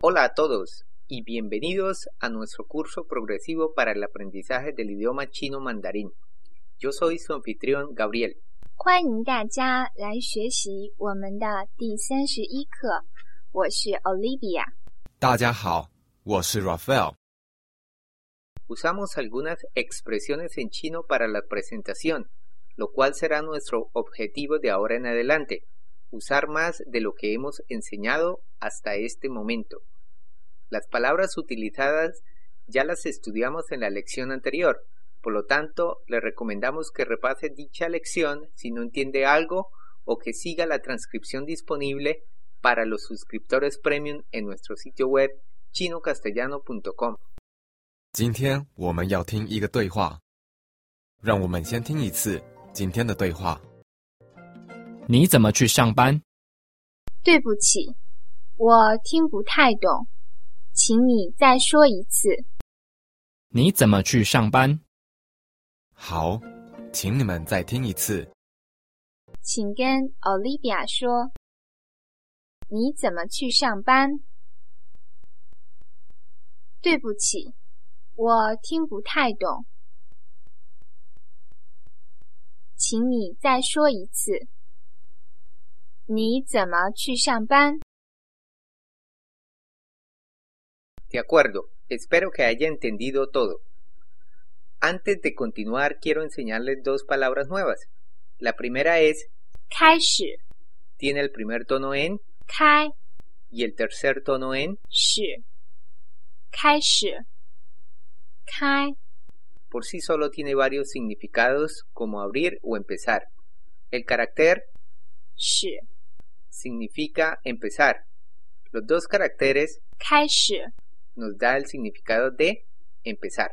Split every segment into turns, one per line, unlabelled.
Hola a todos y bienvenidos a nuestro curso progresivo para el aprendizaje del idioma chino mandarín. Yo soy su anfitrión Gabriel.
欢迎大家来学习我们的第三十一课。我是 Olivia。
大家好，我是 Raphael。
Usamos algunas expresiones en chino para la presentación, lo cual será nuestro objetivo de ahora en adelante, usar más de lo que hemos enseñado hasta este momento. Las palabras utilizadas ya las estudiamos en la lección anterior, por lo tanto, le recomendamos que repase dicha lección si no entiende algo o que siga la transcripción disponible para los suscriptores premium en nuestro sitio web chinocastellano.com.
今天我们要听一个对话，让我们先听一次今天的对话。
你怎么去上班？
对不起，我听不太懂，请你再说一次。
你怎么去上班？
好，请你们再听一次。
请跟 Olivia 说，你怎么去上班？对不起，我听不太懂，请你再说一次。你怎么去上班？
De acuerdo, espero que haya entendido todo. Antes de continuar, quiero enseñarles dos palabras nuevas. La primera es
开始，
tiene el primer tono en
开
y el tercer tono en.
始，开始，开
Por sí solo tiene varios significados como abrir o empezar. El carácter
始，
significa empezar. Los dos caracteres
开始，
nos da el significado de empezar.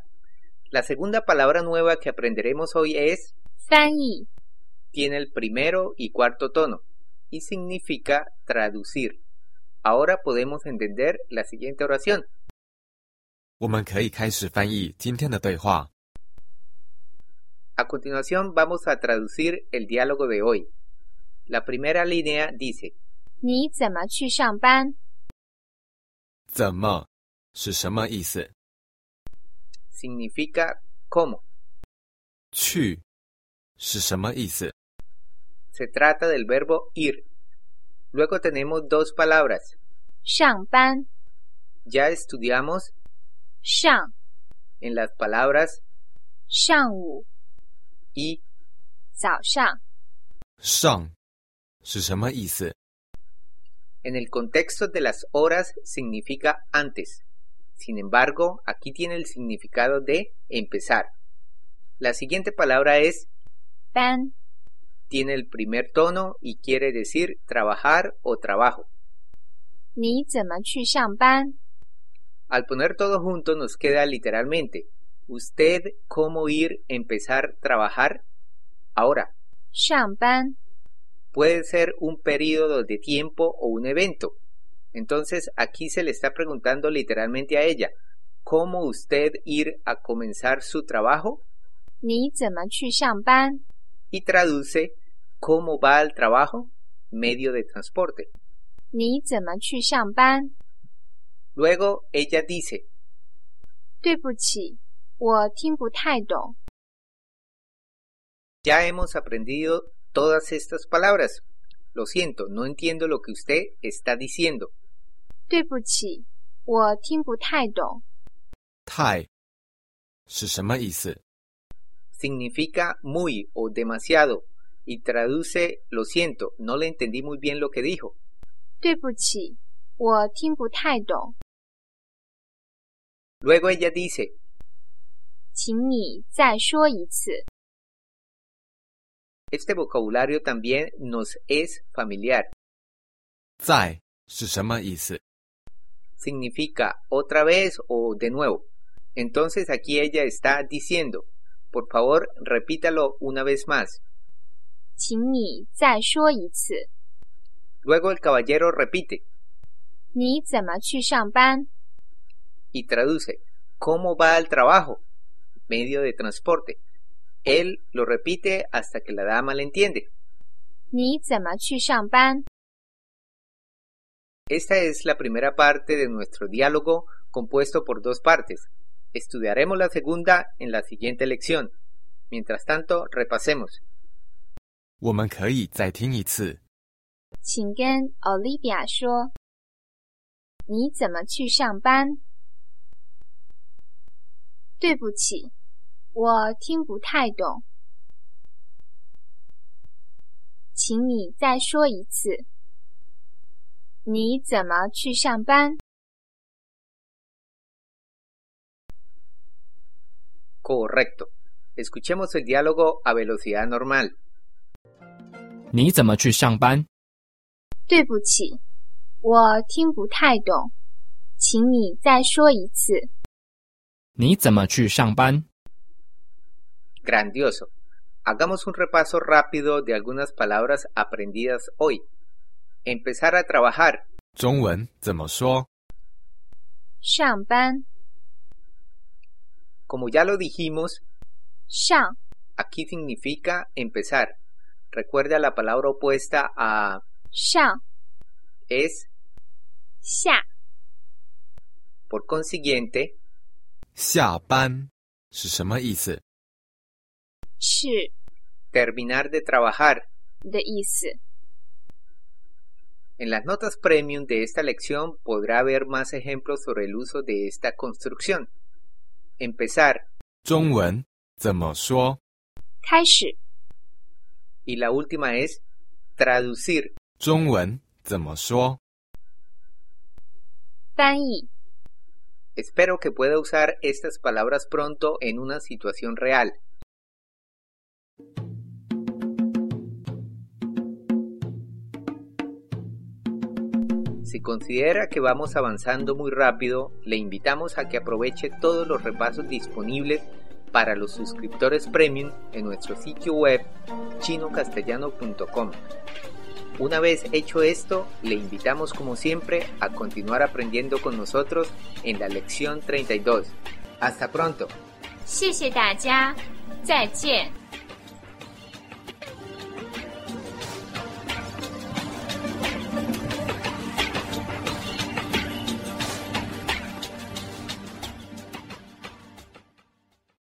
La segunda palabra nueva que aprenderemos hoy es
翻译，
tiene el primero y cuarto tono y significa traducir. Ahora podemos entender la siguiente oración.
我们可以开始翻译今天的对话。
A continuación vamos a traducir el diálogo de hoy. La primera línea dice,
你怎么去上班？
怎么是什么意思？
significa cómo.
去是什么意思？
Se trata del verbo ir. Luego tenemos dos palabras.
上班，
Ya estudiamos
上，
en las palabras
上午，
y
早上，
上是什么意思？
en el contexto de las horas significa antes. Sin embargo, aquí tiene el significado de empezar. La siguiente palabra es
班，
tiene el primer tono y quiere decir trabajar o trabajo.
你怎么去上班？
Al poner todo junto nos queda literalmente usted cómo ir, empezar, trabajar. Ahora,
上班，
puede ser un periodo de tiempo o un evento. Entonces aquí se le está preguntando literalmente a ella, ¿cómo usted ir a comenzar su trabajo?
你怎么去上班？
Y traduce, ¿cómo va al trabajo? Medio de transporte.
你怎么去上班？
Luego ella dice,
对不起，我听不太懂，
ya hemos aprendido todas estas palabras. Lo siento, no entiendo lo que usted está diciendo.
对不起，我听不太懂，
太是什么意思？
significa muy o demasiado y traduce lo siento, no le entendí muy bien lo que dijo.
对不起，我听不太懂，
Luego ella dice,
请你再说一次。
este vocabulario también nos es familiar.
在是什么意思？
Significa otra vez o de nuevo. Entonces aquí ella está diciendo, por favor repítalo una vez más.
请你再说一次，
Luego el caballero repite
你怎么去上班？
y traduce, ¿cómo va al trabajo? Medio de transporte. Él lo repite hasta que la dama le entiende.
你怎么去上班？
Esta es la primera parte de nuestro diálogo compuesto por dos partes. Estudiaremos la segunda en la siguiente lección. Mientras tanto, repasemos.
我们可以再听一次。
请跟 Olivia 说：“你怎么去上班？”对不起，我听不太懂，请你再说一次。你怎么去上班？
Correcto. Escuchemos el diálogo a velocidad normal.
你怎么去上班？
对不起，我听不太懂，请你再说一次。
你怎么去上班？
Grandioso. Hagamos un repaso rápido de algunas palabras aprendidas hoy. Empezar a trabajar,
中文怎么说？
上班，
como ya lo dijimos,
上
aquí significa empezar. Recuerda la palabra opuesta a
上
es,
下
por consiguiente,
下班是什么意思？
是
terminar de trabajar.
的意思。
En las notas premium de esta lección podrá ver más ejemplos sobre el uso de esta construcción. Empezar
中文怎么说？
开始，
y la última es traducir.
中文怎么说？
翻译，
Espero que pueda usar estas palabras pronto en una situación real. Si considera que vamos avanzando muy rápido, le invitamos a que aproveche todos los repasos disponibles para los suscriptores premium en nuestro sitio web chinocastellano.com. Una vez hecho esto, le invitamos como siempre a continuar aprendiendo con nosotros en la lección 32. Hasta pronto.
谢谢大家，再见。